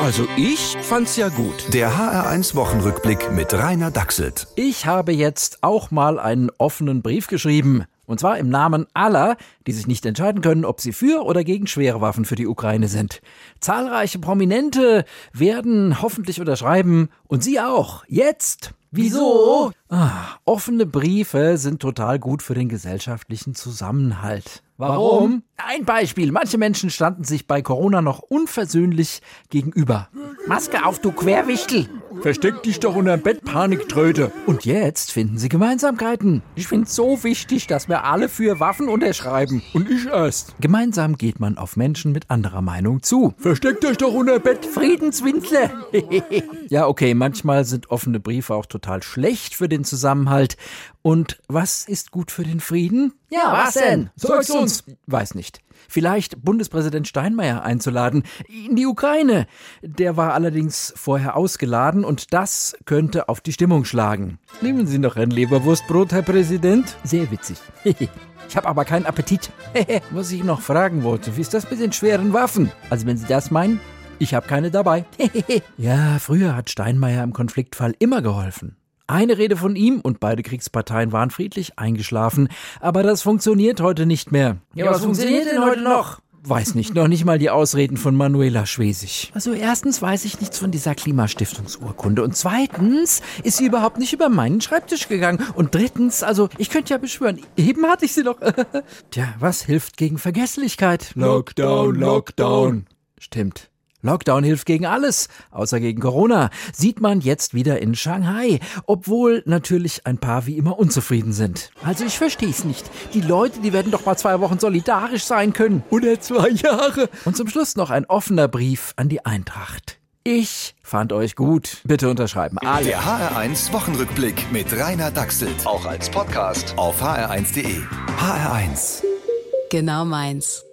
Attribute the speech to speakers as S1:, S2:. S1: Also ich fand's ja gut.
S2: Der HR1-Wochenrückblick mit Rainer Dachselt.
S1: Ich habe jetzt auch mal einen offenen Brief geschrieben. Und zwar im Namen aller, die sich nicht entscheiden können, ob sie für oder gegen schwere Waffen für die Ukraine sind. Zahlreiche Prominente werden hoffentlich unterschreiben. Und Sie auch. Jetzt.
S3: Wieso?
S1: Ah, offene Briefe sind total gut für den gesellschaftlichen Zusammenhalt. Warum? Ein Beispiel. Manche Menschen standen sich bei Corona noch unversöhnlich gegenüber. Maske auf, du Querwichtel! Versteck dich doch unterm Bett, Paniktröte! Und jetzt finden sie Gemeinsamkeiten. Ich find's so wichtig, dass wir alle für Waffen unterschreiben. Und ich erst. Gemeinsam geht man auf Menschen mit anderer Meinung zu. Versteckt euch doch unter Bett, Friedenswindler! ja, okay, manchmal sind offene Briefe auch total schlecht für den Zusammenhalt. Und was ist gut für den Frieden?
S3: Ja, was denn?
S1: Sag's uns! Weiß nicht. Vielleicht Bundespräsident Steinmeier einzuladen in die Ukraine. Der war allerdings vorher ausgeladen und das könnte auf die Stimmung schlagen. Nehmen Sie noch ein Leberwurstbrot, Herr Präsident? Sehr witzig. Ich habe aber keinen Appetit. Was ich noch fragen wollte, wie ist das mit den schweren Waffen? Also wenn Sie das meinen, ich habe keine dabei. ja, früher hat Steinmeier im Konfliktfall immer geholfen. Eine Rede von ihm und beide Kriegsparteien waren friedlich eingeschlafen, aber das funktioniert heute nicht mehr.
S3: Ja, was funktioniert denn heute noch?
S1: Weiß nicht, noch nicht mal die Ausreden von Manuela Schwesig. Also erstens weiß ich nichts von dieser Klimastiftungsurkunde und zweitens ist sie überhaupt nicht über meinen Schreibtisch gegangen und drittens, also ich könnte ja beschwören, eben hatte ich sie noch. Tja, was hilft gegen Vergesslichkeit?
S4: Lockdown, Lockdown.
S1: Stimmt. Lockdown hilft gegen alles, außer gegen Corona, sieht man jetzt wieder in Shanghai, obwohl natürlich ein paar wie immer unzufrieden sind. Also ich verstehe es nicht. Die Leute, die werden doch mal zwei Wochen solidarisch sein können.
S4: Oder zwei Jahre.
S1: Und zum Schluss noch ein offener Brief an die Eintracht. Ich fand euch gut. Bitte unterschreiben. Alle.
S2: Der HR1-Wochenrückblick mit Rainer Dachselt. Auch als Podcast auf hr1.de. HR1.
S5: Genau meins.